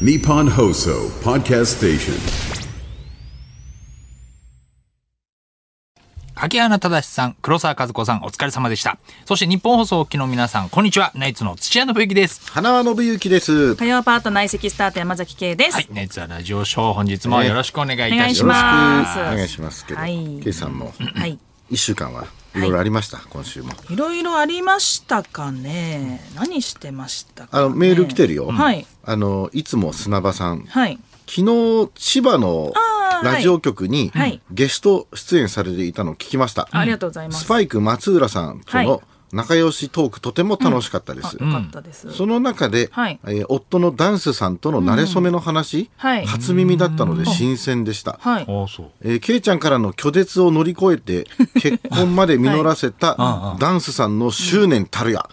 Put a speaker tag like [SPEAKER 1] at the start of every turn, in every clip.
[SPEAKER 1] Nippon Hoso Podcast Station.
[SPEAKER 2] 秋花正さん、黒沢和子さん、お疲れ様でした。そして日本放送機の皆さん、こんにちは。ナイツの土屋信之です。
[SPEAKER 3] 花輪信之です。
[SPEAKER 4] 火曜パート内席スタート山崎圭です。
[SPEAKER 2] はい、ナイツはラジオショー、本日もよろしくお願いいたし
[SPEAKER 3] よろしくお
[SPEAKER 2] ます。
[SPEAKER 4] ます
[SPEAKER 3] 願いしますけど、
[SPEAKER 4] はい
[SPEAKER 3] ケイさんも
[SPEAKER 4] はい。
[SPEAKER 3] 一週間はいろいろありました、今週も。
[SPEAKER 4] いろいろありましたかね。何してましたか、
[SPEAKER 3] あ
[SPEAKER 4] ね。
[SPEAKER 3] のメール来てるよ。
[SPEAKER 4] はい。
[SPEAKER 3] あのいつも砂場さん、
[SPEAKER 4] はい。
[SPEAKER 3] 昨日千葉の
[SPEAKER 4] あーはい
[SPEAKER 3] ラジオ局に
[SPEAKER 4] はい
[SPEAKER 3] ゲスト出演されていたのを聞きました。
[SPEAKER 4] ありがとうございます。
[SPEAKER 3] スパイク松浦さんと
[SPEAKER 4] は
[SPEAKER 3] の仲良しトークとても楽しかったです。
[SPEAKER 4] あよかったです。
[SPEAKER 3] その中で、
[SPEAKER 4] はい
[SPEAKER 3] えー夫のダンスさんとの馴れ初めの話、
[SPEAKER 4] はい
[SPEAKER 3] 初耳だったので新鮮でした。
[SPEAKER 4] はい。
[SPEAKER 2] ああ、そう。
[SPEAKER 3] えー、ケイちゃんからの拒絶を乗り越えて結婚まで実らせ たダンスさんの執念たるや、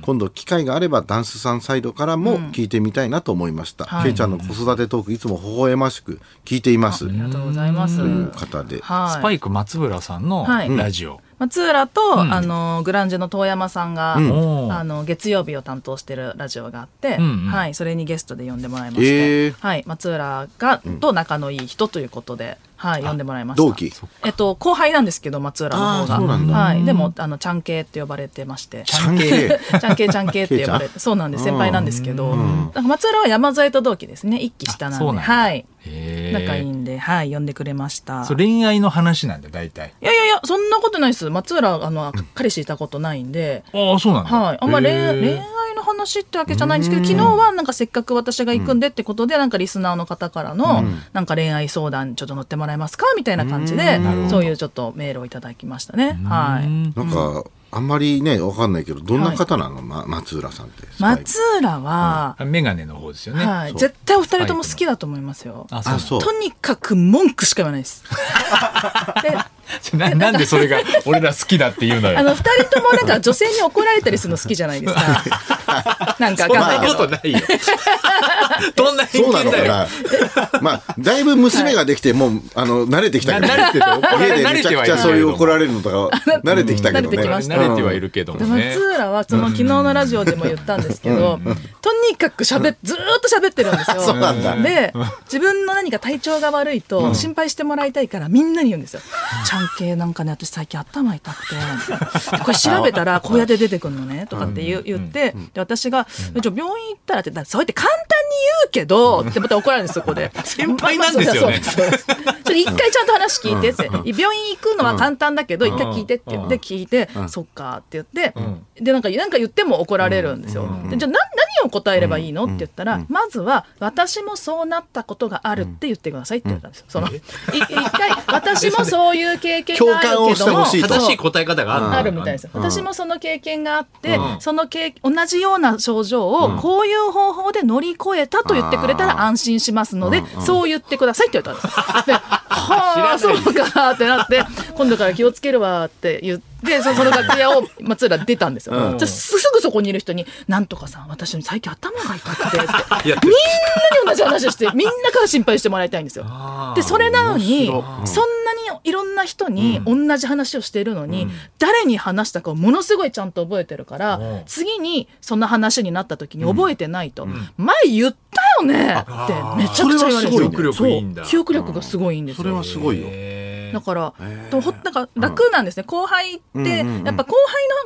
[SPEAKER 3] 今度機会があればダンスさんサイドからも聞いてみたいなと思いました、
[SPEAKER 4] はい
[SPEAKER 3] ケイちゃんの子育てトークいつも微笑ましく聞いています
[SPEAKER 4] あ
[SPEAKER 3] と
[SPEAKER 4] り
[SPEAKER 3] い
[SPEAKER 4] がとうございます。
[SPEAKER 3] う方で、
[SPEAKER 4] はい。
[SPEAKER 2] スパイク松村さんの
[SPEAKER 4] はい
[SPEAKER 2] ラジオ。
[SPEAKER 4] 松浦と、あのグランジェの遠山さんが、
[SPEAKER 2] おー
[SPEAKER 4] あの月曜日を担当してるラジオがあって、
[SPEAKER 2] んうん
[SPEAKER 4] はい、それにゲストで呼んでもらいまして、
[SPEAKER 3] えー
[SPEAKER 4] はい、松浦が、と仲のいい人ということで、はい、呼んでもらいました
[SPEAKER 3] 同期
[SPEAKER 4] えっと、後輩なんですけど松浦の方
[SPEAKER 3] あーそうなんだ
[SPEAKER 4] が、はい、でもあのちゃん系って呼ばれてまして
[SPEAKER 3] ちゃん けい
[SPEAKER 4] ちゃん系ちゃん系って呼ばれてそうなんです先輩なんですけどなんか松浦は山添と同期ですね一期下な
[SPEAKER 2] あ
[SPEAKER 4] ん
[SPEAKER 2] そ
[SPEAKER 4] で
[SPEAKER 2] うなんだ
[SPEAKER 4] はい、
[SPEAKER 2] へえ
[SPEAKER 4] 仲いいんで、はい、呼んでくれました
[SPEAKER 2] そう恋愛の話なんだ、大体。
[SPEAKER 4] いやいやいや、そんなことないです。松浦、あ の、彼氏いたことないんで、
[SPEAKER 2] ああ、そうなんだ。
[SPEAKER 4] はい。あんまり恋
[SPEAKER 2] へえ
[SPEAKER 4] 恋愛の話ってわけじゃないんですけど、昨日はなんかせっかく私が行くんでってことで、なんかリスナーの方からの、なんか恋愛相談ちょっと乗ってもらえますかみたいな感じで、そういうちょっとメールをいただきましたね。は い。
[SPEAKER 3] なんかあんまりねわかんないけどどんな方なの、ま、松浦さんって
[SPEAKER 4] 松浦は、
[SPEAKER 2] メガネの方ですよね。
[SPEAKER 4] はい。
[SPEAKER 2] そう
[SPEAKER 4] 絶対お二人とも好きだと思いますよ。
[SPEAKER 2] あ、
[SPEAKER 3] あ
[SPEAKER 2] そう
[SPEAKER 3] そう
[SPEAKER 4] とにかく文句しか言わない です。で
[SPEAKER 2] なんだ。ななんでそれが俺ら好きだって言うの
[SPEAKER 4] あ
[SPEAKER 2] よ。
[SPEAKER 4] の、二人ともなんか女性に怒られたりするの好きじゃないですか。なんか
[SPEAKER 2] そ
[SPEAKER 4] わ
[SPEAKER 2] ん
[SPEAKER 4] かん
[SPEAKER 2] な
[SPEAKER 4] ないけ
[SPEAKER 2] こ
[SPEAKER 4] ど。
[SPEAKER 2] とないよ。どんな偏
[SPEAKER 3] そう
[SPEAKER 2] 見
[SPEAKER 3] なのか
[SPEAKER 2] だよ。
[SPEAKER 3] なまあだいぶ娘ができてもうあの慣れてきたけど、
[SPEAKER 2] な慣れてる怒ら
[SPEAKER 3] 家
[SPEAKER 2] れ
[SPEAKER 3] でめちゃくちゃそういう怒られるのとか慣れてきたけどね
[SPEAKER 4] 慣れてきました
[SPEAKER 2] 慣れてはいるけど
[SPEAKER 4] で
[SPEAKER 2] もね
[SPEAKER 4] 松。浦はその昨日のラジオでも言ったんですけど、とにかくしゃべずーっと喋ってるんですよ。
[SPEAKER 3] そうなんだ
[SPEAKER 4] で自分の何か体調が悪いと心配してもらいたいからみんなに言うんですよ。ちゃん系なんかね私最近頭痛くてこれ調べたらこうやって出てくるのねとかって言う言ってで私が「じゃあ病院行ったら」ってだからそうやって簡単に言うけどってまた怒られるんですよここで。
[SPEAKER 2] 先輩なん ですよね
[SPEAKER 4] そうそうそうちょっと一回ちゃんと話聞いてって、病院行くのは簡単だけど、一回聞いてって言って、聞いて、そっかって言って、で、なんか、なんか言っても怒られるんですよ。でじゃあ、な、何を答えればいいのって言ったら、まずは、私もそうなったことがあるって言ってくださいって言ったんですよ。その、い一回、私もそういう経験がある
[SPEAKER 3] 共
[SPEAKER 4] けど
[SPEAKER 3] 感を
[SPEAKER 4] も、
[SPEAKER 3] してほしいと
[SPEAKER 2] 正しい答え方がある
[SPEAKER 4] あるみたいですよ。私もその経験があって、その経同じような症状をこういう方法で乗り越えたと言ってくれたら安心しますので、そう言ってくださいって言われたんです。で、 はあ、そうかってなって、今度から気をつけるわって言って、そその楽屋を 松浦出たんですよ。じゃあすすぐそこにいる人に、なんとかさん、私最近頭が痛くてって、みんなに同じ話 をして、みんなから心配してもらいたいんですよ。でそれなのにそんなにいろんな人に同じ話をしているのに、誰に話したかをものすごいちゃんと覚えてるから、次にそんな話になった時に覚えてないと「前言ったよね!」ってめちゃくちゃ言われるんですよ
[SPEAKER 2] それはすごいね記憶力いいんだ
[SPEAKER 4] そう記憶力がすごいいいんですよ。
[SPEAKER 3] それはすごいよ。
[SPEAKER 4] だから、とほなんか楽なんですね、後輩って、やっぱ後輩の方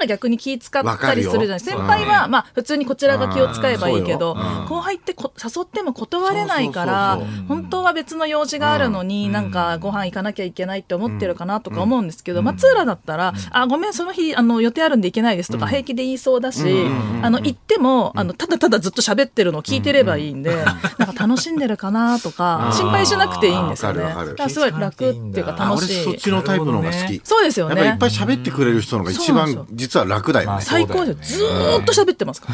[SPEAKER 4] が逆に気使
[SPEAKER 3] わ
[SPEAKER 4] っ
[SPEAKER 3] か
[SPEAKER 4] た
[SPEAKER 3] る
[SPEAKER 4] り
[SPEAKER 3] よ
[SPEAKER 4] するじゃない先輩は、まあ普通にこちらが気を使えばいいけど、
[SPEAKER 3] うんそうようん
[SPEAKER 4] 後輩ってこ誘っても断れないから
[SPEAKER 3] そうそうそう
[SPEAKER 4] 本当は別の用事があるのに、なんかご飯行かなきゃいけないって思ってるかなとか思うんですけど、松浦だったら、あごめんその日あの予定あるんで行けないですとか平気で言いそうだし、あの行ってもあのただただずっと喋ってるのを聞いてればいいんで、なんか楽しんでるかなとか心配しなくていいんですよね。
[SPEAKER 3] わかるわかる
[SPEAKER 4] だからすごい楽っていうか
[SPEAKER 3] あ
[SPEAKER 4] 楽
[SPEAKER 3] 俺
[SPEAKER 4] しい。
[SPEAKER 3] そっちのタイプの方が好き。
[SPEAKER 4] そうですよ
[SPEAKER 3] やっぱりいっ
[SPEAKER 4] ね
[SPEAKER 3] ぱ。い喋ってくれる人の方が一
[SPEAKER 4] そうなん
[SPEAKER 3] 番
[SPEAKER 4] で
[SPEAKER 3] 実は楽だよね。
[SPEAKER 4] 最高ですよ。ずーっと喋ってますか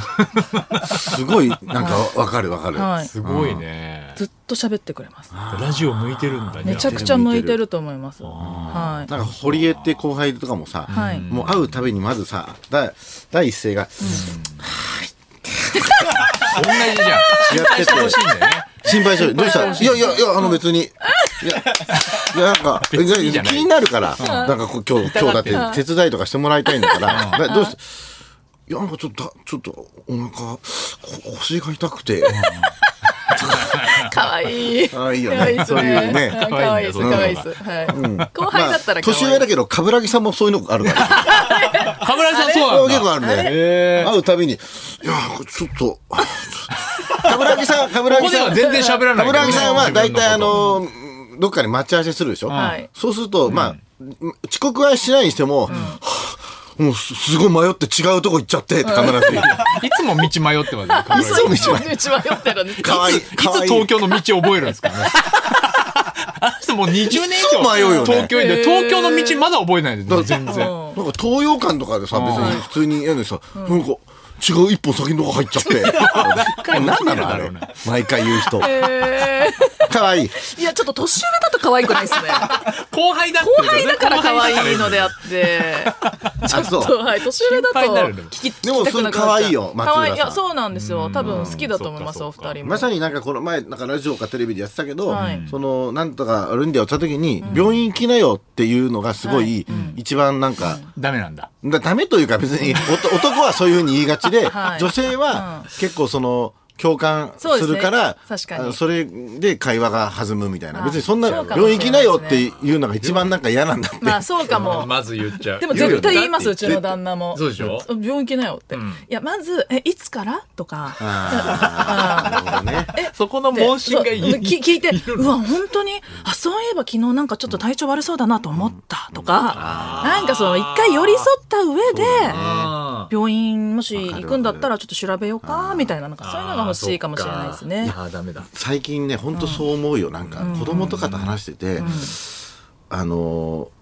[SPEAKER 4] ら。
[SPEAKER 3] すごいなんかわかるわかる。
[SPEAKER 4] はい
[SPEAKER 2] すごいね。
[SPEAKER 4] ずっと喋ってくれます。
[SPEAKER 2] ラジオ向いてるんだね。
[SPEAKER 4] めちゃくちゃ向いてると思います。はい。
[SPEAKER 3] なんか堀江って後輩とかもさ
[SPEAKER 4] はい、
[SPEAKER 3] もう会うたびにまずさ、だ第一声が
[SPEAKER 2] 同じじゃん。
[SPEAKER 3] や ってて
[SPEAKER 2] 欲しいんだよね。
[SPEAKER 3] 心配してるどうしたいやいやいやあの別に。いやいやなんか気
[SPEAKER 2] 別にじゃない
[SPEAKER 3] になるから、なんかこう今日今日だって手伝いとかしてもらいたいんだから、だどうして。いやなんかちょっとだちょっとお腹こ腰が痛くて。
[SPEAKER 4] 可愛い。
[SPEAKER 3] 可愛いよね
[SPEAKER 4] 可愛いっす
[SPEAKER 3] そういうね
[SPEAKER 4] 可愛いです。
[SPEAKER 2] 可
[SPEAKER 4] 可
[SPEAKER 2] 愛
[SPEAKER 4] 愛
[SPEAKER 2] いん
[SPEAKER 4] い
[SPEAKER 2] だ
[SPEAKER 4] です。はい。後輩だったら可愛い。
[SPEAKER 3] 年上だけど、冠城さんもそういうのあるから。
[SPEAKER 2] カブラさんそうな
[SPEAKER 3] 結
[SPEAKER 2] んだ
[SPEAKER 3] 構 あるね。会うたびに、いやー、これちょっと、冠城さん、冠
[SPEAKER 2] ここで
[SPEAKER 3] 城さ
[SPEAKER 2] は
[SPEAKER 3] ん、
[SPEAKER 2] 全然喋らないけどね
[SPEAKER 3] 冠城さんは大体あの、どっかに待ち合わせするでしょ
[SPEAKER 4] はい
[SPEAKER 3] そうすると、まあ、遅刻はしないにしても、はぁもうすすごい迷って違うとこ行っちゃって、って必ず言う。
[SPEAKER 2] いつも道迷ってますよカブラ
[SPEAKER 3] い
[SPEAKER 2] ギ
[SPEAKER 3] つ
[SPEAKER 2] さん
[SPEAKER 3] も
[SPEAKER 4] 一
[SPEAKER 3] 一
[SPEAKER 4] 番
[SPEAKER 3] 番。
[SPEAKER 4] 一番酔ってるんです。
[SPEAKER 3] かわいい。
[SPEAKER 2] いつ東京の道を覚えるんですかね。あの人もう20年以
[SPEAKER 3] いつも迷うよ
[SPEAKER 2] 上東
[SPEAKER 3] ね
[SPEAKER 2] 京にいて
[SPEAKER 4] へー
[SPEAKER 2] 東京の道まだ覚えないですね全
[SPEAKER 4] う
[SPEAKER 2] 然。
[SPEAKER 4] ん
[SPEAKER 3] なんか東洋館とかでさ、別に普通にやるのにさ、なんか違う一本先のとこ入 っちゃって。なんなのあれ。毎回言う人。
[SPEAKER 4] え
[SPEAKER 3] 可愛い。
[SPEAKER 4] ーいやちょっと年上だと可愛くないですね。
[SPEAKER 2] 後輩だって
[SPEAKER 4] 後
[SPEAKER 2] いうね
[SPEAKER 4] 輩だから可愛いのであって、
[SPEAKER 3] あ、そ
[SPEAKER 4] そうはい年上だと
[SPEAKER 2] 心配になるね
[SPEAKER 4] 聞き聞き
[SPEAKER 3] でも
[SPEAKER 4] たくなくなっち
[SPEAKER 3] そ
[SPEAKER 4] ゃう
[SPEAKER 3] れ可愛いよ松浦さん
[SPEAKER 4] 可愛いいやそうなんですよ。多分好きだと思います
[SPEAKER 2] そ
[SPEAKER 4] お
[SPEAKER 2] っかそっか
[SPEAKER 4] 二人も。
[SPEAKER 3] まさになんかこの前、なんかラジオかテレビでやってたけど、
[SPEAKER 4] はい
[SPEAKER 3] その、なんとかあるんだよって言った時に、病院行きなよっていうのがすごい、一番なんか、
[SPEAKER 2] ダメなんだ。
[SPEAKER 3] だダメというか別に、おと男はそういうふうに言いがちで、
[SPEAKER 4] はい
[SPEAKER 3] 女性は結構その、共感す
[SPEAKER 4] そうですね
[SPEAKER 3] るから、
[SPEAKER 4] 確かに
[SPEAKER 3] あそれで会話が弾むみたいな。
[SPEAKER 4] あ
[SPEAKER 3] 別にそんな、
[SPEAKER 4] そうかも
[SPEAKER 3] 病院行きなよっていうのが一番なんか嫌なんだって。
[SPEAKER 4] まあそうかも。
[SPEAKER 2] まず言っちゃう。
[SPEAKER 4] でも絶対言います、うちの
[SPEAKER 2] だ
[SPEAKER 4] 旦那も。
[SPEAKER 2] そうでしょ
[SPEAKER 4] 病院行きなよって。いや、まず、え、いつからとか。
[SPEAKER 3] あーなるほどね
[SPEAKER 2] そこの
[SPEAKER 4] で
[SPEAKER 2] 問診がい
[SPEAKER 4] そうき
[SPEAKER 2] い。
[SPEAKER 4] 聞いて、うわ、本当に、あ、そういえば昨日なんかちょっと体調悪そうだなと思ったとか、なんかその一回寄り添った上で、
[SPEAKER 2] あ
[SPEAKER 4] 病院もし行くんだったらちょっと調べようか、みたいな、なんかそういうのが欲しいかもしれないです
[SPEAKER 2] ー
[SPEAKER 4] ね
[SPEAKER 2] そっ。かいやーダメだ。
[SPEAKER 3] 最近ね本当そう思うよ、なんか子供とかと話してて、あのー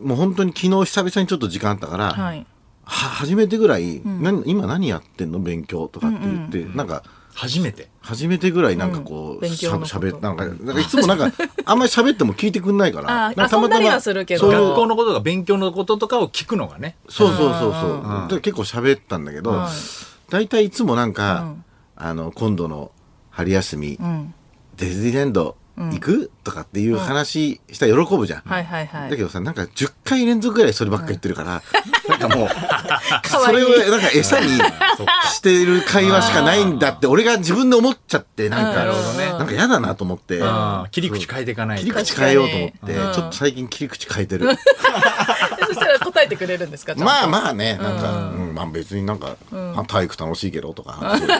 [SPEAKER 3] もう本当に昨日久々にちょっと時間あったから、
[SPEAKER 4] は。
[SPEAKER 3] はい初めてぐらい、何今何やってんの勉強とかって言って、なんか
[SPEAKER 2] 初めて。
[SPEAKER 3] 初めてぐらいなんかこ
[SPEAKER 4] うん
[SPEAKER 3] う、
[SPEAKER 4] 勉
[SPEAKER 3] し
[SPEAKER 4] 強
[SPEAKER 3] ゃ
[SPEAKER 4] のこと
[SPEAKER 3] しゃべなんかなんかいつもなんかあんまり喋っても聞いてくんないから
[SPEAKER 4] あー遊んだりはするけど
[SPEAKER 3] そういう
[SPEAKER 2] 学校のこととか勉強のこととかを聞くのがね。
[SPEAKER 3] そうそうそうそう。で結構喋ったんだけど、
[SPEAKER 4] はい
[SPEAKER 3] 大体いつもなんか、
[SPEAKER 4] うん
[SPEAKER 3] あの、今度の春休み、
[SPEAKER 4] ん
[SPEAKER 3] ディズニーランド行く、とかっていう話したら喜ぶじゃん。
[SPEAKER 4] はいはいはい
[SPEAKER 3] だけどさ、なんか10回連続ぐらいそればっか言ってる から、なんかもう、
[SPEAKER 4] わ
[SPEAKER 3] そ
[SPEAKER 4] いい
[SPEAKER 3] れをなんか餌 にしてる会話しかないんだって、俺が自分で思っちゃって、なん
[SPEAKER 2] なるほ
[SPEAKER 3] か、
[SPEAKER 2] どね。
[SPEAKER 3] なんか嫌だなと思って、
[SPEAKER 2] あー切り口変えていかない
[SPEAKER 3] 切
[SPEAKER 2] と
[SPEAKER 3] り。口変えようと思っ
[SPEAKER 4] 確
[SPEAKER 3] て、
[SPEAKER 4] かに
[SPEAKER 3] ちょっと最近切り口変えてる。
[SPEAKER 4] そしたら答えてくれるんですかちゃんと
[SPEAKER 3] まあまあね、なんか、うん、まあ別になんか、あ体育楽しいけどとか、
[SPEAKER 4] 別に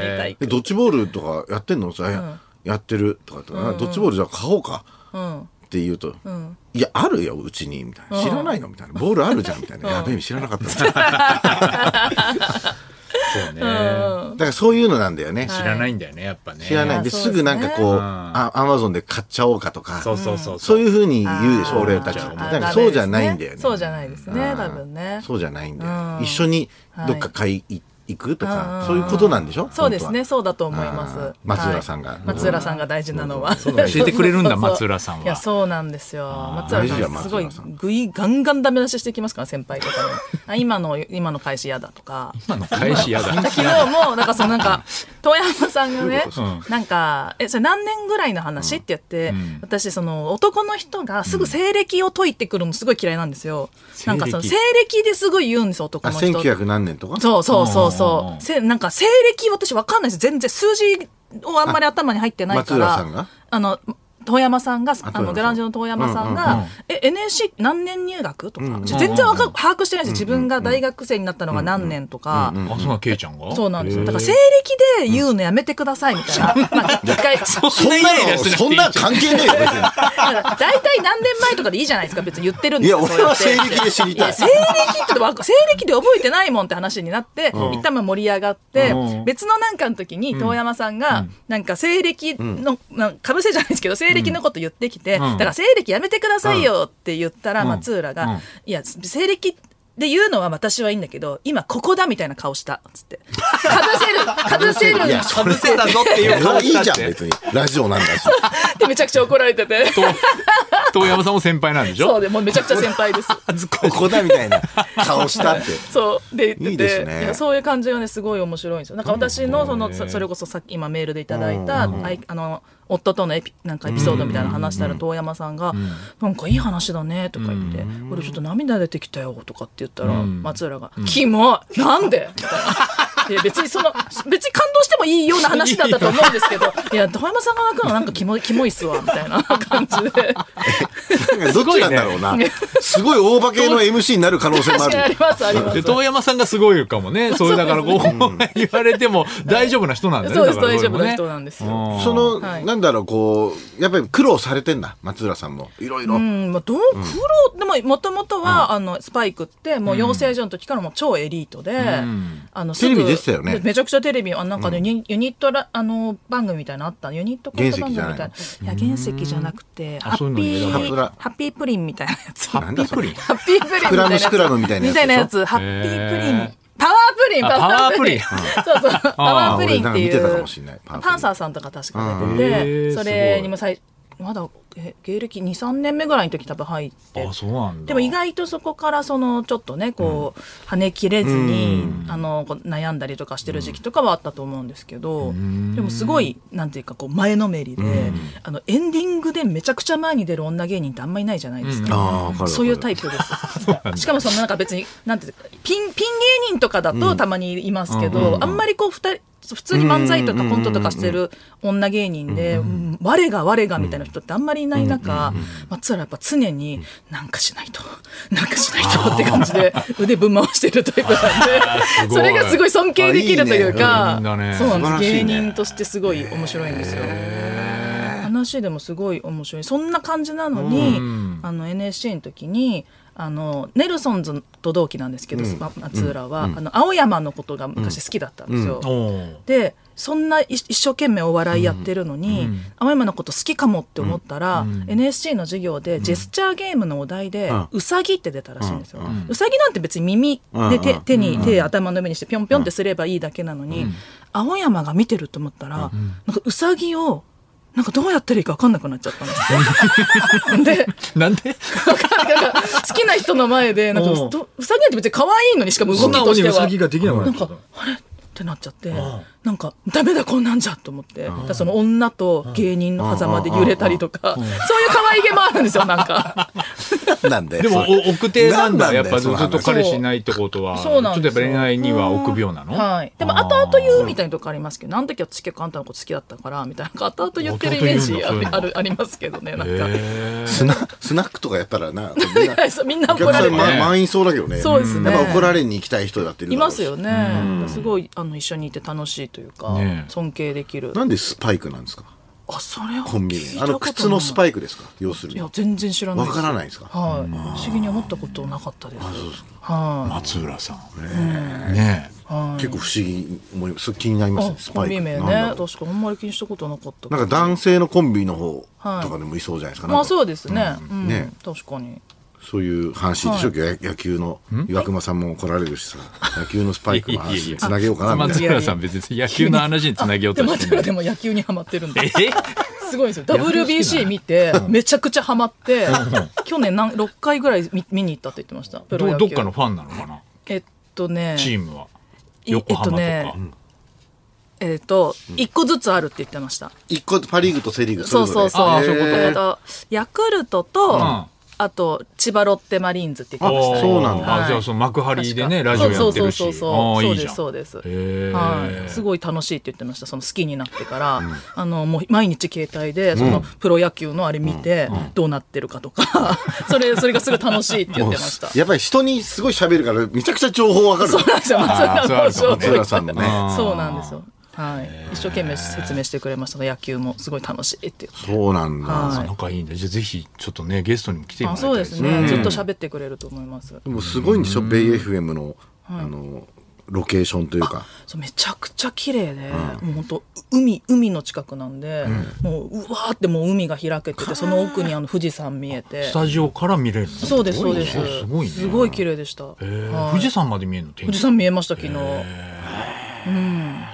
[SPEAKER 4] 体育。
[SPEAKER 3] でドッジボールとかやってんのさ、いややってるとかって、あドッジボールじゃあ買おうか
[SPEAKER 4] うん。
[SPEAKER 3] って言うと、
[SPEAKER 4] ん
[SPEAKER 3] いや、あるよ、うちに、みたいな。知らないのみたいな。ボールあるじゃん、みたいな。やべえ、知らなかった。だか
[SPEAKER 2] そうね。
[SPEAKER 3] らそういうのなんだよね。
[SPEAKER 2] 知らないんだよね、やっぱね。
[SPEAKER 3] 知らない。で、
[SPEAKER 4] あ
[SPEAKER 3] すぐなんかこう、
[SPEAKER 2] ん
[SPEAKER 3] あアマゾンで買っちゃおうかとか、
[SPEAKER 2] そうそうそう。
[SPEAKER 3] そう
[SPEAKER 2] う。
[SPEAKER 3] いうふうに言うでし
[SPEAKER 4] あー
[SPEAKER 3] ょ、俺たち。
[SPEAKER 4] あ
[SPEAKER 3] だ
[SPEAKER 4] ー
[SPEAKER 3] からそうじゃないんだよね。
[SPEAKER 4] そうじゃないですね、多分ね。
[SPEAKER 3] そうじゃないんだよ
[SPEAKER 4] う。ん
[SPEAKER 3] 一緒にどっか買いい行くとか、そういうことなんでしょ
[SPEAKER 4] そうですね、
[SPEAKER 3] 本
[SPEAKER 4] そうだと思います。
[SPEAKER 3] あー松浦さんが
[SPEAKER 4] はい松浦さんが大事なのは。
[SPEAKER 2] そうだね教えてくれるんだ
[SPEAKER 4] そうそう
[SPEAKER 2] 松浦さんはい
[SPEAKER 4] や、そうなんですよ。松浦さんはすご
[SPEAKER 3] 大事だよ松
[SPEAKER 4] い
[SPEAKER 3] 浦さん、
[SPEAKER 4] ぐい、ガンガンダメ出ししてきますから、先輩とかに。あ、今の、今の会社嫌だとか。
[SPEAKER 2] 今の返し嫌だ。
[SPEAKER 4] 昨日も、なんかそのな んか、遠山さんがね
[SPEAKER 3] どう
[SPEAKER 2] いうこ、
[SPEAKER 4] なんか、え、それ何年ぐらいの話って言って、私、その、男の人がすぐ西暦を解いてくるのすごい嫌いなんですよ。なんかその、
[SPEAKER 2] 西
[SPEAKER 4] 西
[SPEAKER 2] 暦
[SPEAKER 4] 暦ですごい言うんですよ、
[SPEAKER 3] 当
[SPEAKER 4] 男
[SPEAKER 3] は
[SPEAKER 4] の
[SPEAKER 3] あ、
[SPEAKER 4] 人って。
[SPEAKER 3] 1900何年とか
[SPEAKER 4] そうそうそ
[SPEAKER 2] うんうん
[SPEAKER 4] う
[SPEAKER 2] う
[SPEAKER 4] そ
[SPEAKER 2] ん
[SPEAKER 4] う。せなんか西暦私わかんないです。全然数字をあんまり頭に入ってないから。
[SPEAKER 3] 松浦さんが
[SPEAKER 4] あの、遠山さんが、あ
[SPEAKER 3] 遠山さ
[SPEAKER 4] の、
[SPEAKER 3] ん
[SPEAKER 4] グランジェの遠山さんが、え、NSC 何年入学とか、全然わか、把握してないです。自分が大学生になったのが何年とか。
[SPEAKER 2] あ、そうなの、ケイちゃんが
[SPEAKER 4] そうなんですよ。だから
[SPEAKER 2] へー
[SPEAKER 4] 西暦で言うのやめてくださいみたいな。まあ、一回。
[SPEAKER 2] そんなイライラしてなくてい
[SPEAKER 3] そ
[SPEAKER 2] い
[SPEAKER 3] ん
[SPEAKER 2] じゃ
[SPEAKER 3] なん関係ねえよ、別に。
[SPEAKER 4] だから大体何年前とかでいいじゃないですか別に言ってるんですよ
[SPEAKER 3] いや
[SPEAKER 4] そうやって
[SPEAKER 3] 俺は西暦で知りたい
[SPEAKER 4] や西暦ってわか西暦で覚えてないもんって話になって、一旦まあ盛り上がって、
[SPEAKER 2] うん
[SPEAKER 4] 別のなんかの時に遠山さんが、なんか西暦の、なんかぶせじゃないですけど西暦のこと言ってきて、だから西暦やめてくださいよって言ったら、松浦が、
[SPEAKER 2] うん
[SPEAKER 4] いや西暦で言うのは私はいいんだけど今ここだみたいな顔したつってかぶせるかぶせる
[SPEAKER 3] いや
[SPEAKER 2] かぶせたぞっていう
[SPEAKER 3] そ
[SPEAKER 2] 顔
[SPEAKER 3] れい
[SPEAKER 2] した
[SPEAKER 3] い
[SPEAKER 2] っ
[SPEAKER 3] じゃん、
[SPEAKER 2] て
[SPEAKER 3] 別に。ラジオなんだし。
[SPEAKER 4] ってめちゃくちゃ怒られてて
[SPEAKER 2] 遠遠山さんも先輩なんでし
[SPEAKER 4] そう
[SPEAKER 2] ょ
[SPEAKER 4] でもうめちゃくちゃ先輩です
[SPEAKER 3] ここだみたいな顔したって。
[SPEAKER 4] そうで言ってて
[SPEAKER 3] いいですね
[SPEAKER 4] やそういう感じがねすごい面白いんですよなんか私のそのそそれこそさっき今メールでいただいた、あいあの夫とのエピなんかエピソードみたいな話したら遠山さんが「なんかいい話だね」とか言って「俺ちょっと涙出てきたよ」とかって言ったら松浦が「キモいなんで?」みたいないや別にその、別に感動してもいいような話だったと思うんですけど、いや、遠山さんが泣くのなんかキモい、キモいっすわ、みたいな感じで。
[SPEAKER 3] どっちなんだろうな。すごい大化けの MC になる可能性もあ
[SPEAKER 4] 確かにあ
[SPEAKER 3] る。
[SPEAKER 4] ります、あります
[SPEAKER 2] で。遠山さんがすごいかもねそういうだからこう言われても大丈夫な人なんだね
[SPEAKER 4] そうです、
[SPEAKER 2] だから
[SPEAKER 4] 大
[SPEAKER 2] これ
[SPEAKER 4] 丈夫
[SPEAKER 2] も
[SPEAKER 4] な
[SPEAKER 2] ね
[SPEAKER 4] 人なんですよ。
[SPEAKER 2] うん
[SPEAKER 3] その、
[SPEAKER 4] はい
[SPEAKER 3] なんだろう、こう、やっぱり苦労されてんだ、松浦さんも。いろいろ。
[SPEAKER 4] うん、まあ、どう苦労、でも、もともとは、あの、スパイクって、もう養成所の時からもう超エリートで、あの、すぐ
[SPEAKER 3] テレビ出てたよね
[SPEAKER 4] めちゃくちゃテレビ、あなんかね、ユニユニットラ、あの、番組みたいなのあったのユニットコント番組みたいな。い
[SPEAKER 3] 原
[SPEAKER 4] や、原石じゃなくて、ハ
[SPEAKER 2] そういうの
[SPEAKER 4] ッピ
[SPEAKER 2] に選
[SPEAKER 4] ー、
[SPEAKER 3] ばれてる
[SPEAKER 4] ハッピープリンみたいなやつ。
[SPEAKER 2] ハッピープリン
[SPEAKER 4] ハッピープリンみたい
[SPEAKER 3] ク
[SPEAKER 4] な
[SPEAKER 3] ラム
[SPEAKER 4] やつ。
[SPEAKER 3] シクラムみたいなやつ
[SPEAKER 4] みたいなやつ。ハッピープリン。パワープリン、
[SPEAKER 2] あ
[SPEAKER 4] パワープリンそうそう、パワープ
[SPEAKER 3] あ俺なん
[SPEAKER 4] リンって
[SPEAKER 3] か見
[SPEAKER 4] い
[SPEAKER 3] てたか
[SPEAKER 4] う
[SPEAKER 3] もしれない。パワープリン
[SPEAKER 4] パンサーさんとか確か出て
[SPEAKER 2] うんへ
[SPEAKER 4] て、
[SPEAKER 2] ー
[SPEAKER 4] それにも最まだえ芸歴23年目ぐらいの時多分入って
[SPEAKER 2] あそうなんだ
[SPEAKER 4] でも意外とそこからそのちょっとねこう跳ね切れずに、あのこう悩んだりとかしてる時期とかはあったと思うんですけど、でもすごいなんていうかこう前のめりで、あのエンディングでめちゃくちゃ前に出る女芸人ってあんまりいないじゃないですか。
[SPEAKER 3] ああ、わかるわかる。
[SPEAKER 4] そういうタイプです。しかもそのなんか別に、なんていうか、ピン、ピン芸人とかだとたまにいますけど、あんまりこう二人、普通に漫才とかコントとかしてる女芸人で、うん我が我がみたいな人ってあんまりいない中、松浦はやっぱ常に、なんかしないと、 なんかしないとって感じで腕ぶん回してるタイプなんで、
[SPEAKER 2] ごい
[SPEAKER 4] それがすごい尊敬できるという
[SPEAKER 2] あい
[SPEAKER 4] か
[SPEAKER 2] いねうんだね、
[SPEAKER 4] そうなんです。
[SPEAKER 3] 素晴らし
[SPEAKER 4] 芸
[SPEAKER 3] いね
[SPEAKER 4] 人としてすごい面白いんですよ。話でもすごい面白いそんな感じなのに、あの NSC の時にあのネルソンズと同期なんですけど、ま松浦は、あの青山のことが昔好きだったんですよ。
[SPEAKER 2] おー
[SPEAKER 4] でそんない一生懸命お笑いやってるのに、青山のこと好きかもって思ったら、NSC の授業でジェスチャーゲームのお題で、うさぎって出たらしいんですよ、うさぎなんて別に耳で手,、手に手頭の上にしてぴょんぴょんってすればいいだけなのに、青山が見てると思ったら、なんかうさぎをなんかどうやったらいいか分かんなくなっちゃったん ですよ。で
[SPEAKER 2] なんで
[SPEAKER 4] なんか好きな人の前でなんか
[SPEAKER 2] うん
[SPEAKER 4] どうさぎなんて別に可愛いのにしかも動きとしては。
[SPEAKER 2] ができなく
[SPEAKER 4] なんかあれってなっちゃってなんかダメだこんなんじゃと思ってだからその女と芸人の狭間で揺れたりとかそういう可愛げもあるんですよなんか
[SPEAKER 3] なんで。
[SPEAKER 2] でも
[SPEAKER 3] そう
[SPEAKER 2] お奥手なんだ
[SPEAKER 3] なんな
[SPEAKER 2] や
[SPEAKER 3] ん
[SPEAKER 2] っ
[SPEAKER 3] だよ
[SPEAKER 2] ぱず
[SPEAKER 3] その話
[SPEAKER 2] っと彼氏いないってことはち
[SPEAKER 4] そ
[SPEAKER 2] ょ
[SPEAKER 4] う
[SPEAKER 2] っ
[SPEAKER 4] なん
[SPEAKER 2] と
[SPEAKER 4] で
[SPEAKER 2] やっ
[SPEAKER 4] す
[SPEAKER 2] ぱ
[SPEAKER 4] よ
[SPEAKER 2] 恋愛には臆病なの
[SPEAKER 4] はいでも後々言うみたいなとこありますけどあの時はチケットあんたのこと好きだったからみたいななんか後々言ってるイメージあ
[SPEAKER 2] 後々言うんだ
[SPEAKER 4] あるありますけどねなんか
[SPEAKER 2] へー
[SPEAKER 3] スナスナックとかやったらな、みんな
[SPEAKER 4] そうみんな
[SPEAKER 3] お
[SPEAKER 4] 怒
[SPEAKER 3] 客
[SPEAKER 4] ら
[SPEAKER 3] さ
[SPEAKER 4] れ
[SPEAKER 3] ん
[SPEAKER 4] て
[SPEAKER 3] ま満員そうだけどね。
[SPEAKER 4] そうですね
[SPEAKER 3] やっぱ怒られに行きたい人だっている
[SPEAKER 4] い
[SPEAKER 3] だろう
[SPEAKER 4] ま
[SPEAKER 3] し
[SPEAKER 4] すよ。ねすごいあの一緒にいて楽しいというか
[SPEAKER 2] ねえ
[SPEAKER 4] 尊敬できる
[SPEAKER 3] なんでスパイクなんですか
[SPEAKER 4] あそれは
[SPEAKER 3] コンビ
[SPEAKER 4] 聞い
[SPEAKER 3] ニ。
[SPEAKER 4] た
[SPEAKER 3] あの
[SPEAKER 4] こと
[SPEAKER 3] 靴のスパ
[SPEAKER 4] イ
[SPEAKER 3] イクですか要する
[SPEAKER 4] いや
[SPEAKER 3] に。
[SPEAKER 4] 全然知らない
[SPEAKER 3] わからないですか
[SPEAKER 4] はい、不思議に思ったことなかったです。はい、
[SPEAKER 2] 松浦さんねえ
[SPEAKER 3] 結構不思議思い、すごい気になりますね、ス
[SPEAKER 4] コ
[SPEAKER 3] パ
[SPEAKER 4] ン
[SPEAKER 3] イ
[SPEAKER 4] ビ
[SPEAKER 3] ク。
[SPEAKER 4] 名ね、
[SPEAKER 3] なんだろ
[SPEAKER 4] 確かにあんまり気にしたことなかった。
[SPEAKER 3] うなんか男性のコンビの方とかでもいそうじゃないですか。なん
[SPEAKER 4] ま
[SPEAKER 3] か
[SPEAKER 4] あ、そうですね。うん、
[SPEAKER 3] ね
[SPEAKER 4] 確かに。
[SPEAKER 3] そういう話でしょ、野野球の岩隈さんも来られるし さ、野球のスパイク
[SPEAKER 2] い
[SPEAKER 3] の
[SPEAKER 2] やいやい
[SPEAKER 3] 話
[SPEAKER 2] や
[SPEAKER 3] につなげようかなみたい
[SPEAKER 2] 松
[SPEAKER 3] な。
[SPEAKER 2] 浦さん別に野球の話につなげよう
[SPEAKER 4] で
[SPEAKER 2] と
[SPEAKER 4] も、
[SPEAKER 2] してない
[SPEAKER 4] でも野球にはまってるんで。
[SPEAKER 2] え
[SPEAKER 4] すごいんですよ。
[SPEAKER 2] 野球好きな
[SPEAKER 4] WBC
[SPEAKER 2] の
[SPEAKER 4] 見て、めちゃくちゃハマって、去年何6回ぐらい見見に行ったって言ってました。プロ
[SPEAKER 2] ど
[SPEAKER 4] 野
[SPEAKER 2] ど
[SPEAKER 4] 球
[SPEAKER 2] っかのファンなのかな
[SPEAKER 4] えっとね、
[SPEAKER 2] チームはい横浜とか、
[SPEAKER 4] えっとねえっと、1個ずつあるって言ってました。
[SPEAKER 3] 一個パ・リーグとセ・リーグ
[SPEAKER 4] そう
[SPEAKER 3] れぞ
[SPEAKER 4] そ
[SPEAKER 3] れ
[SPEAKER 4] うそう。
[SPEAKER 2] あーそういうこと
[SPEAKER 4] えっと、ヤクルトと、
[SPEAKER 2] ん
[SPEAKER 4] あと、千葉ロッテマリーンズって言ってました、ね。
[SPEAKER 3] あそうなんだ
[SPEAKER 4] はい
[SPEAKER 2] あじゃあその幕張でね
[SPEAKER 4] 確
[SPEAKER 2] ラ
[SPEAKER 4] か
[SPEAKER 2] ジオやってるし
[SPEAKER 4] そうそうそうそう
[SPEAKER 2] あー
[SPEAKER 4] そ
[SPEAKER 2] いういじ
[SPEAKER 4] です
[SPEAKER 2] ゃん
[SPEAKER 4] そうです、
[SPEAKER 2] へー
[SPEAKER 4] はい、すごい楽しいって言ってましたその好きになってから、あのもう毎日携帯でそのプロ野球のあれ見てどうなってるかとか、 それそれがすごい楽しいって言ってま した
[SPEAKER 3] やっぱり人にすごい喋るから、めちゃくちゃ情報わかる
[SPEAKER 4] そ。うなんですよ松
[SPEAKER 2] あーそれあるかもね
[SPEAKER 3] 松浦さんのね。
[SPEAKER 4] そうなんですよはい、一生懸命説明してくれましたが野球もすごい楽しいっていう
[SPEAKER 3] そうなんだ。
[SPEAKER 4] はい
[SPEAKER 2] 仲いいんでじゃあぜひちょっとねゲストにも来てもら
[SPEAKER 4] あ
[SPEAKER 2] いたい
[SPEAKER 4] そうで
[SPEAKER 2] ですす
[SPEAKER 4] ね、
[SPEAKER 2] ね
[SPEAKER 4] ずっと喋ってくれると思います
[SPEAKER 3] でもすごいんでしょ、ベイ FM の、あの、ロケーションというか。
[SPEAKER 4] そうめちゃくちゃ綺麗で、もう本当海海の近くなんで、もううわーってもう海が開けててその奥にあの富士山見えて
[SPEAKER 2] スタジオから見れるの
[SPEAKER 4] そうですそうです
[SPEAKER 2] すごいね
[SPEAKER 4] すごい綺麗でした、
[SPEAKER 2] へー
[SPEAKER 4] はい
[SPEAKER 2] 富士山まで見えるの天
[SPEAKER 4] 富
[SPEAKER 2] 気
[SPEAKER 4] 士山見えました昨日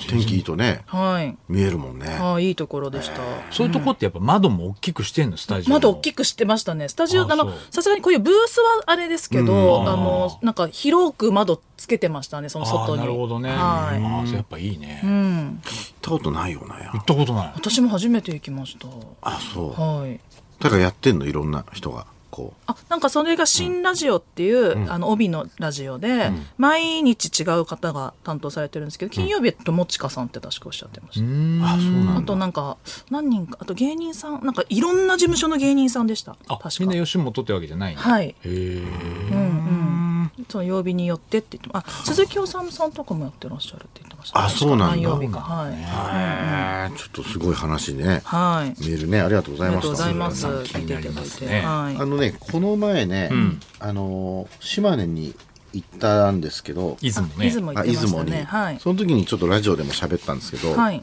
[SPEAKER 3] 天気いいとね、
[SPEAKER 4] はい
[SPEAKER 3] 見えるもんね。
[SPEAKER 4] あーいいところでした、
[SPEAKER 2] そういうとこってやっぱ窓も大きくしてんのスタジオ
[SPEAKER 4] 窓大きくしてましたねスタジオ
[SPEAKER 2] あ
[SPEAKER 4] あの
[SPEAKER 2] そう
[SPEAKER 4] さすがにこういうブースはあれですけど、あのなんか広く窓つけてましたねその
[SPEAKER 2] あー
[SPEAKER 4] 外に
[SPEAKER 2] なるほどねあ
[SPEAKER 4] はい
[SPEAKER 2] ーそれやっぱいいね
[SPEAKER 3] 行ったことないよな、や
[SPEAKER 2] 行ったことない
[SPEAKER 4] 私も初めて行きました
[SPEAKER 3] あ、そう。
[SPEAKER 4] はい
[SPEAKER 3] だからやってんの、いろんな人が。こう
[SPEAKER 4] あなんかそれが新ラジオっていう、あの帯のラジオで、毎日違う方が担当されてるんですけど金曜日は友近さんって確かおっしゃってました、
[SPEAKER 2] あそうなん
[SPEAKER 4] あ
[SPEAKER 2] だ
[SPEAKER 4] となんか何人かあと芸人さんなんかいろんな事務所の芸人さんでした
[SPEAKER 2] あ
[SPEAKER 4] 確
[SPEAKER 2] みんな
[SPEAKER 4] か
[SPEAKER 2] 吉本ってわけじゃないんだ
[SPEAKER 4] はい
[SPEAKER 2] へえ
[SPEAKER 4] その曜日によってって言ってもあ鈴木おさむさんとかもやってらっしゃるって言ってました、
[SPEAKER 3] あそうなんだ
[SPEAKER 4] 何曜日かはい、
[SPEAKER 3] えーちょっとすごい話ね
[SPEAKER 4] はい、
[SPEAKER 3] メールねありがとうござ
[SPEAKER 4] あ
[SPEAKER 3] い
[SPEAKER 4] りが
[SPEAKER 3] まし
[SPEAKER 4] とう
[SPEAKER 3] た
[SPEAKER 4] ございます
[SPEAKER 2] そうなんだ
[SPEAKER 4] 聞いていた
[SPEAKER 2] 気になり
[SPEAKER 4] だい
[SPEAKER 2] ます
[SPEAKER 4] て、
[SPEAKER 2] ね
[SPEAKER 4] はい
[SPEAKER 3] あのねこの前ね、あのー島根に行ったんですけど
[SPEAKER 2] 出雲ね
[SPEAKER 4] 出雲行
[SPEAKER 3] あ
[SPEAKER 4] って
[SPEAKER 3] 出
[SPEAKER 4] まし
[SPEAKER 3] 雲
[SPEAKER 4] た
[SPEAKER 3] に、
[SPEAKER 4] ねはい
[SPEAKER 3] その時にちょっとラジオでも喋ったんですけど、
[SPEAKER 4] はい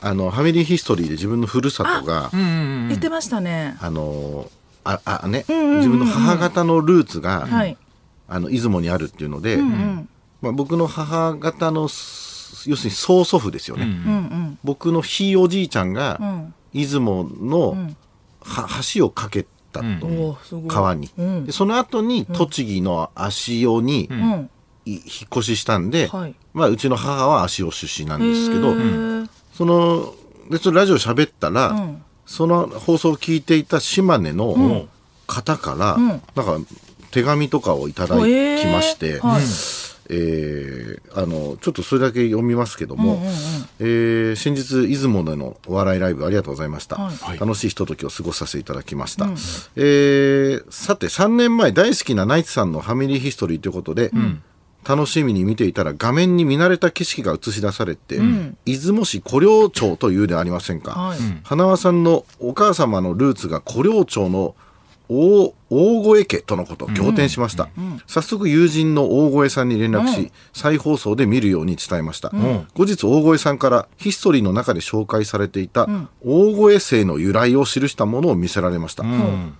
[SPEAKER 3] あのファミリーヒストリーで自分のふるさとがあ,、
[SPEAKER 4] 言ってましたね
[SPEAKER 3] のーああね、自分の母方のルーツが、
[SPEAKER 4] はい
[SPEAKER 3] あの出雲にあるっていうので、まあ、僕の母方のす要するに曽祖父ですよね、僕のひいおじいちゃんが、出雲の、は橋を架けたと、
[SPEAKER 4] おーすごい
[SPEAKER 3] 川に、
[SPEAKER 4] うん
[SPEAKER 3] でその後に栃木の足尾に、
[SPEAKER 4] うん
[SPEAKER 3] い引っ越ししたんで、
[SPEAKER 4] はい
[SPEAKER 3] まあ、うちの母は足尾出身なんですけど、
[SPEAKER 4] へー
[SPEAKER 3] そのでそのラジオ喋ったら、その放送を聞いていた島根の方から、なんか手紙とかをいただきまして、
[SPEAKER 4] へーはい
[SPEAKER 3] えーあのちょっとそれだけ読みますけども、えー先日出雲でのお笑いライブありがとうございました、
[SPEAKER 2] い
[SPEAKER 3] 楽しいひとときを過ごさせていただきました、えーさて3年前大好きなナイツさんの「ファミリーヒストリー」ということで、楽しみに見ていたら画面に見慣れた景色が映し出されて、出雲市古領町というではありませんか、
[SPEAKER 4] はい
[SPEAKER 3] 花輪さんのお母様のルーツが古領町の大大越家とのこと仰天しました、早速友人の大越さんに連絡し、再放送で見るように伝えました、後日大越さんからヒストリーの中で紹介されていた大越姓の由来を記したものを見せられました、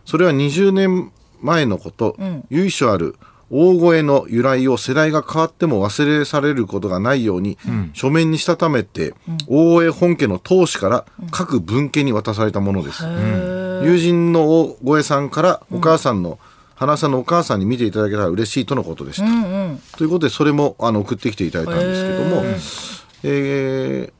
[SPEAKER 3] それは20年前のこと、由緒ある大越の由来を世代が変わっても忘れされることがないように、書面にしたためて、大江本家の当主から各文家に渡されたものです、友人の大越さんからお母さんの、花さんのお母さんに見ていただけたら嬉しいとのことでした、ということでそれもあの送ってきていただいたんですけども、えー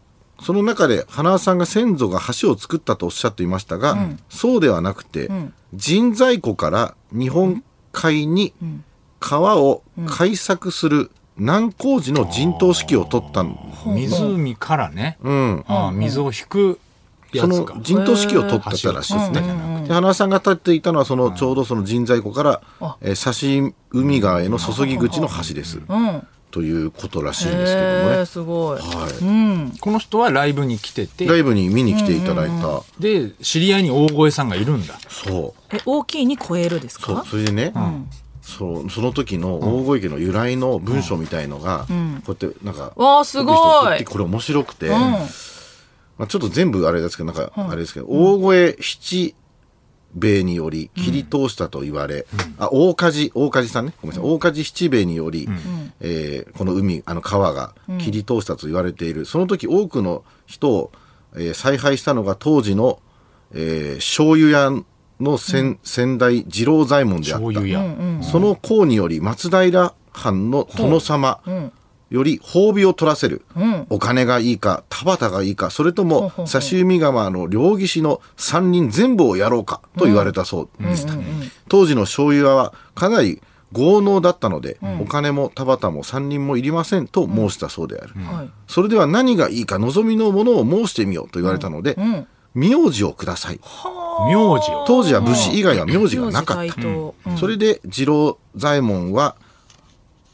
[SPEAKER 3] その中で花輪さんが先祖が橋を作ったとおっしゃっていましたが、そうではなくて、人材湖から日本海に川を開削する南高寺の陣頭指揮を取ったん
[SPEAKER 2] 湖からね
[SPEAKER 3] うん、
[SPEAKER 2] あー水を引くや
[SPEAKER 3] そ
[SPEAKER 2] つ
[SPEAKER 3] の
[SPEAKER 2] か
[SPEAKER 3] 陣頭指揮を取ってたらしいです
[SPEAKER 2] 橋を作った
[SPEAKER 3] ね。
[SPEAKER 2] んじゃなく
[SPEAKER 3] で花輪さんが立っていたのはそのちょうどその人材湖から、
[SPEAKER 4] あ
[SPEAKER 3] えー、刺海川への注ぎ口の橋です、
[SPEAKER 4] うん
[SPEAKER 3] ということらしいんですけども
[SPEAKER 4] へ
[SPEAKER 3] ね
[SPEAKER 4] ー、すごい
[SPEAKER 3] はい
[SPEAKER 4] うん
[SPEAKER 2] この人はライブに来てて
[SPEAKER 3] ライブに見に来ていただいた、
[SPEAKER 2] で知り合いに大声さんがいるんだ
[SPEAKER 3] そう
[SPEAKER 4] え大きいに超えるです
[SPEAKER 3] そう
[SPEAKER 4] か
[SPEAKER 3] それでね、そうその時の大越家の由来の文章みたいのが、こうやってなんか
[SPEAKER 4] わあすごい
[SPEAKER 3] 送ってきてこれ面白くて、
[SPEAKER 4] うん
[SPEAKER 3] まあ、ちょっと全部あれですけどなんかあれですけど、大越七兵衛により切り通したと言われ、あ大梶大梶さんねごめんなさい大梶七兵衛により、えーこの海あの川が切り通したと言われている、その時多くの人を、えー采配したのが当時の、えー醤油屋の先,、先代次郎左衛門であった
[SPEAKER 2] 醤油屋、
[SPEAKER 3] その功により松平藩の殿様より褒美を取らせる、お金がいいか田畑がいいかそれとも刺身釜の両岸の三人全部をやろうかと言われたそうでした、当時の醤油屋はかなり豪農だったので、お金も田畑も三人もいりませんと申したそうである、
[SPEAKER 4] はい
[SPEAKER 3] それでは何がいいか望みのものを申してみようと言われたので、名字をください
[SPEAKER 2] 名字を
[SPEAKER 3] 当時は武士以外は名字がなかっ
[SPEAKER 4] 名字
[SPEAKER 3] た
[SPEAKER 4] 回答
[SPEAKER 3] それで次郎左衛門は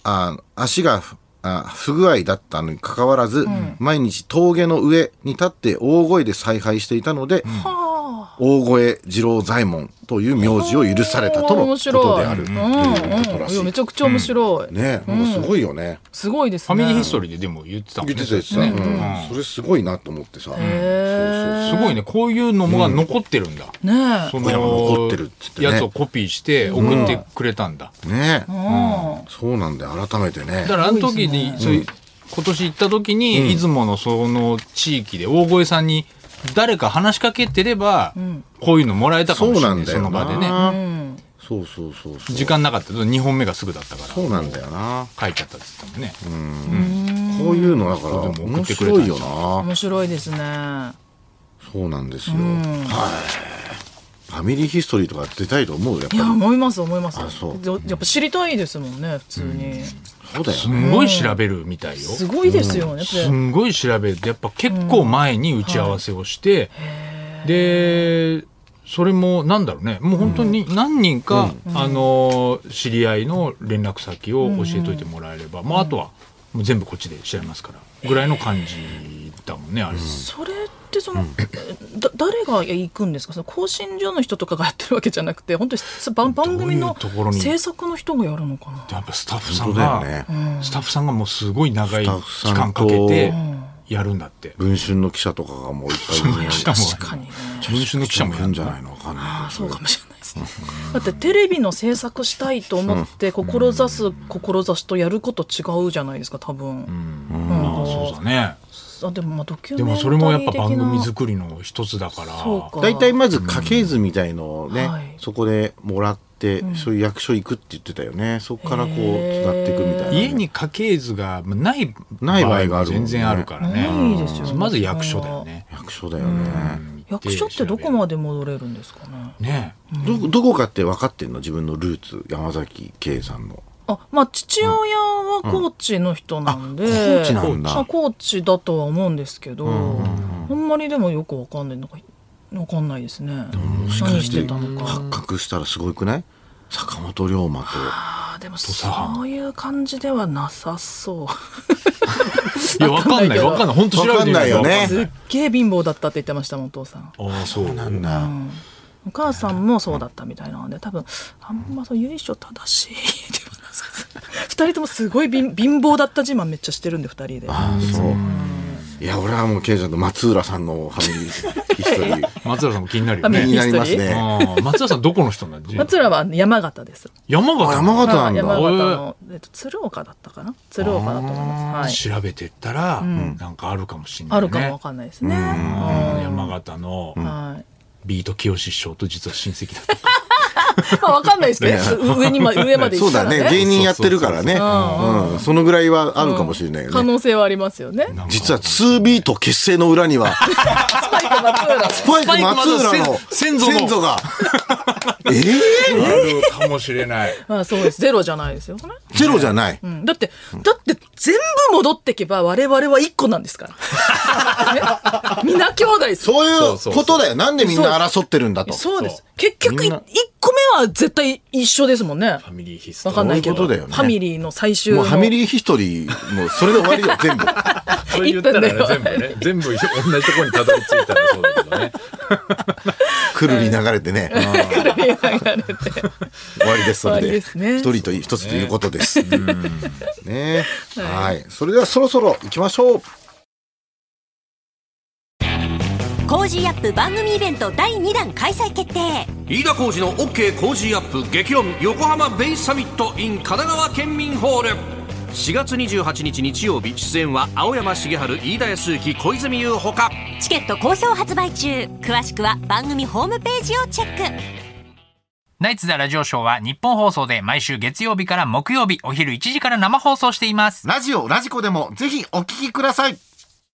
[SPEAKER 3] あ足がふあ不具合だったのにかかわらず、毎日峠の上に立って大声で采配していたので、
[SPEAKER 4] はあ
[SPEAKER 3] 大声次郎左衛門という名字を許されたとの
[SPEAKER 4] 面
[SPEAKER 3] こ
[SPEAKER 4] 白い
[SPEAKER 3] とであると
[SPEAKER 4] う
[SPEAKER 3] い
[SPEAKER 4] ん
[SPEAKER 3] うこと
[SPEAKER 4] うん
[SPEAKER 3] ら
[SPEAKER 4] い
[SPEAKER 3] しい。
[SPEAKER 4] やめ
[SPEAKER 3] ね
[SPEAKER 4] ちゃくちゃ面白い
[SPEAKER 3] えなんかすごいよね。
[SPEAKER 4] すごいです
[SPEAKER 2] ファ
[SPEAKER 4] ね
[SPEAKER 2] ミリーヒストリーででも言ってたもんね
[SPEAKER 3] 言ってたやつ
[SPEAKER 2] そ
[SPEAKER 3] ね、
[SPEAKER 2] れ
[SPEAKER 3] う
[SPEAKER 2] ね
[SPEAKER 3] んそれすごいなと思ってさ。そうそう
[SPEAKER 2] すごいねこういうのもが残ってるんだ、
[SPEAKER 4] ねえ
[SPEAKER 2] その
[SPEAKER 3] 親が残ってるっつってね
[SPEAKER 2] やつをコピーして送ってくれたんだ、
[SPEAKER 3] そうねえ、
[SPEAKER 4] うん
[SPEAKER 3] そうなんだよ改めてね
[SPEAKER 2] だ。からあの時に、そういう今年行った時に、出雲のその地域で大声さんに誰か話しかけてれば、こういうのもらえたか
[SPEAKER 3] そ
[SPEAKER 2] も
[SPEAKER 3] う
[SPEAKER 2] しれ
[SPEAKER 3] な
[SPEAKER 2] なんい
[SPEAKER 3] だ
[SPEAKER 2] そ
[SPEAKER 3] よ
[SPEAKER 2] の場でね
[SPEAKER 3] な。そうそうそうそう。
[SPEAKER 2] 時間なかったけど2本目がすぐだったから
[SPEAKER 3] そうなんだよな。
[SPEAKER 2] 書いちゃったっつってもね、
[SPEAKER 3] こういうのだから
[SPEAKER 2] そうでも送
[SPEAKER 3] 面
[SPEAKER 2] ってくれ
[SPEAKER 3] 白
[SPEAKER 2] たん
[SPEAKER 3] い
[SPEAKER 2] です
[SPEAKER 3] よな。
[SPEAKER 4] 面白いですね
[SPEAKER 3] そうなんですよ。はい。ファミリーヒストリーとか出たいと思うやっぱり
[SPEAKER 4] いや思います思います
[SPEAKER 3] あそう
[SPEAKER 4] でやっぱ知りたいですもんね普通に、
[SPEAKER 3] そうだよ
[SPEAKER 2] す
[SPEAKER 3] ね
[SPEAKER 2] んごい調べるみたいよ。
[SPEAKER 4] すごいですよね、
[SPEAKER 2] すんごい調べてやっぱ結構前に打ち合わせをして、でそれもなんだろうねもう本当に何人か、あのー知り合いの連絡先を教えといてもらえれば、もうあとはもう全部こっちで調べますからぐらいの感じだもんねあれ、
[SPEAKER 4] それってその、だ誰が行くんですかその更新所の人とかがやってるわけじゃなくて本当にす番番組の
[SPEAKER 2] どういうところに
[SPEAKER 4] 制作の人がやるのかな
[SPEAKER 2] やっぱスタッフさん
[SPEAKER 3] 本当だ
[SPEAKER 2] が、
[SPEAKER 3] よね
[SPEAKER 2] スタッフさんがもうすごい長い
[SPEAKER 3] スタッフさ
[SPEAKER 2] 期
[SPEAKER 3] んと
[SPEAKER 2] 間かけてやるんだって。
[SPEAKER 3] 文春の記者とかがもういっぱい運営
[SPEAKER 2] しかも
[SPEAKER 4] 確かにね
[SPEAKER 2] 文春の記者も
[SPEAKER 3] い
[SPEAKER 2] や
[SPEAKER 3] る
[SPEAKER 2] る
[SPEAKER 3] ん
[SPEAKER 2] ん
[SPEAKER 3] じ
[SPEAKER 2] じ
[SPEAKER 3] ゃ
[SPEAKER 2] ゃ
[SPEAKER 3] な
[SPEAKER 2] ないい
[SPEAKER 3] のわかん
[SPEAKER 4] あ
[SPEAKER 3] な
[SPEAKER 4] あ
[SPEAKER 3] い
[SPEAKER 4] そうかもしれないですねだってテレビの制作したいと思って志す志とやること違うじゃないですか多分、
[SPEAKER 2] あそうだね。
[SPEAKER 4] あでもまあドキュメ
[SPEAKER 2] で
[SPEAKER 4] ンタ
[SPEAKER 2] もそれ
[SPEAKER 4] リー的な
[SPEAKER 2] もやっぱ番組作りの一つだから。
[SPEAKER 4] そうか
[SPEAKER 3] 大体まず家系図みたいのをね、
[SPEAKER 4] はい
[SPEAKER 3] そこでもらって、そういう役所行くって言ってたよねそこからこう
[SPEAKER 4] へ
[SPEAKER 3] 育
[SPEAKER 4] ー
[SPEAKER 3] っていくみたいなね、
[SPEAKER 2] 家に家系図がまあない
[SPEAKER 3] ない場合があるもん
[SPEAKER 2] 全
[SPEAKER 3] ね
[SPEAKER 2] 然あるからね。
[SPEAKER 4] ないですよね
[SPEAKER 2] まず役所だよね。
[SPEAKER 3] 役所だよね、
[SPEAKER 4] 役所ってどこまで戻れるんですかね
[SPEAKER 2] ねえ
[SPEAKER 3] どどこかって分かってんの自分のルーツ山崎圭さんの
[SPEAKER 4] あまあ父親は高知の人なんで、
[SPEAKER 3] うんあ高知なんだ
[SPEAKER 4] まあ高知だとは思うんですけど、あんまりでもよくわかんないなんかわかんないですね何してたのか
[SPEAKER 3] 発覚したらすごくない坂本龍馬と
[SPEAKER 4] あでも
[SPEAKER 2] 佐藩
[SPEAKER 4] そういう感じではなさそ
[SPEAKER 2] い
[SPEAKER 4] う
[SPEAKER 2] や、わかんない、わかんない。本当調べてみ
[SPEAKER 3] わかんないよね
[SPEAKER 4] すっげえ貧乏だったって言ってましたもんお父さん
[SPEAKER 2] ああ、そうなんだ。
[SPEAKER 3] な
[SPEAKER 4] お母さんもそうだったみたいなので多分あんまそう由緒正しいではなさそう2人ともすごい貧貧乏だった自慢めっちゃしてるんで2人で
[SPEAKER 3] ああそういや俺はもう圭さんと松浦さんのファミリーヒス トリー
[SPEAKER 2] 松原さんも気になるよ
[SPEAKER 4] あ
[SPEAKER 3] 気
[SPEAKER 2] ね。
[SPEAKER 3] になりますね
[SPEAKER 2] ああ松原さんどこの人なんだ
[SPEAKER 4] 松浦は山形です
[SPEAKER 2] 山
[SPEAKER 3] あ
[SPEAKER 2] 形
[SPEAKER 3] 山形なんだ、
[SPEAKER 4] 山
[SPEAKER 2] 形
[SPEAKER 4] 形
[SPEAKER 2] の
[SPEAKER 4] の、えっと、鶴岡だったかな鶴岡だと思います、は
[SPEAKER 2] 調
[SPEAKER 4] い、
[SPEAKER 2] べてったら、なんかあるかもしれない、ね。
[SPEAKER 4] あるかもわかんないですね、
[SPEAKER 2] うん
[SPEAKER 4] は
[SPEAKER 2] 山形の
[SPEAKER 4] いはい
[SPEAKER 2] ビート清志師匠と実は親戚だった。
[SPEAKER 4] まあわかんないですけど上にま上まで行
[SPEAKER 3] そう
[SPEAKER 4] った
[SPEAKER 3] だ
[SPEAKER 4] ら
[SPEAKER 3] ね芸人やってるからねうんそのぐらいはあるかもしれないよね、
[SPEAKER 4] 可能性はありますよね
[SPEAKER 3] 実は2ビート結成の裏には
[SPEAKER 4] スパイク松浦
[SPEAKER 3] スパイク松浦の
[SPEAKER 2] 先祖の
[SPEAKER 3] 先祖 がえ
[SPEAKER 2] あるかもしれない。
[SPEAKER 4] まあそうですゼロじゃないですよね、
[SPEAKER 3] ーゼロじゃない、
[SPEAKER 4] うん、だってだって全部戻ってけば我々は一個なんですから、 ね、皆兄弟です
[SPEAKER 3] そういう
[SPEAKER 2] そうそう
[SPEAKER 3] ことだよなんでみんな争ってるんだと
[SPEAKER 4] そうです
[SPEAKER 2] そう
[SPEAKER 4] 結局
[SPEAKER 3] み
[SPEAKER 4] い
[SPEAKER 3] ん
[SPEAKER 4] 一
[SPEAKER 3] な
[SPEAKER 4] 個目は絶対一緒ですもんね
[SPEAKER 2] ファミリーヒスト
[SPEAKER 4] わ
[SPEAKER 2] リー
[SPEAKER 4] かんないけど
[SPEAKER 3] そういうことだよね
[SPEAKER 4] ファミリーの最終
[SPEAKER 3] もう
[SPEAKER 4] の
[SPEAKER 3] ファミリーヒストリーもうそれで終わりよ全 部
[SPEAKER 2] そう言ったらね、全部ね、全部同じとこにたどり着いたらそうだけどね。
[SPEAKER 3] くるり流れてね 終わりですそれ
[SPEAKER 4] 終わり
[SPEAKER 3] で
[SPEAKER 4] ですね
[SPEAKER 3] 一人とい一つということですねはいそれではそろそろ行きましょう
[SPEAKER 5] コージーアップ番組イベント第2弾開催決定
[SPEAKER 6] 飯田浩二の OK 工事アップ激論横浜ベイサミット in 神奈川県民ホール4月28日日曜日出演は青山茂春飯田康之小泉優ほか
[SPEAKER 5] チケット好評発売中詳しくは番組ホームページをチェック
[SPEAKER 7] ナイツザラジオショーは日本放送で毎週月曜日から木曜日お昼1時から生放送しています。
[SPEAKER 3] ラジオラジコでもぜひお聞きください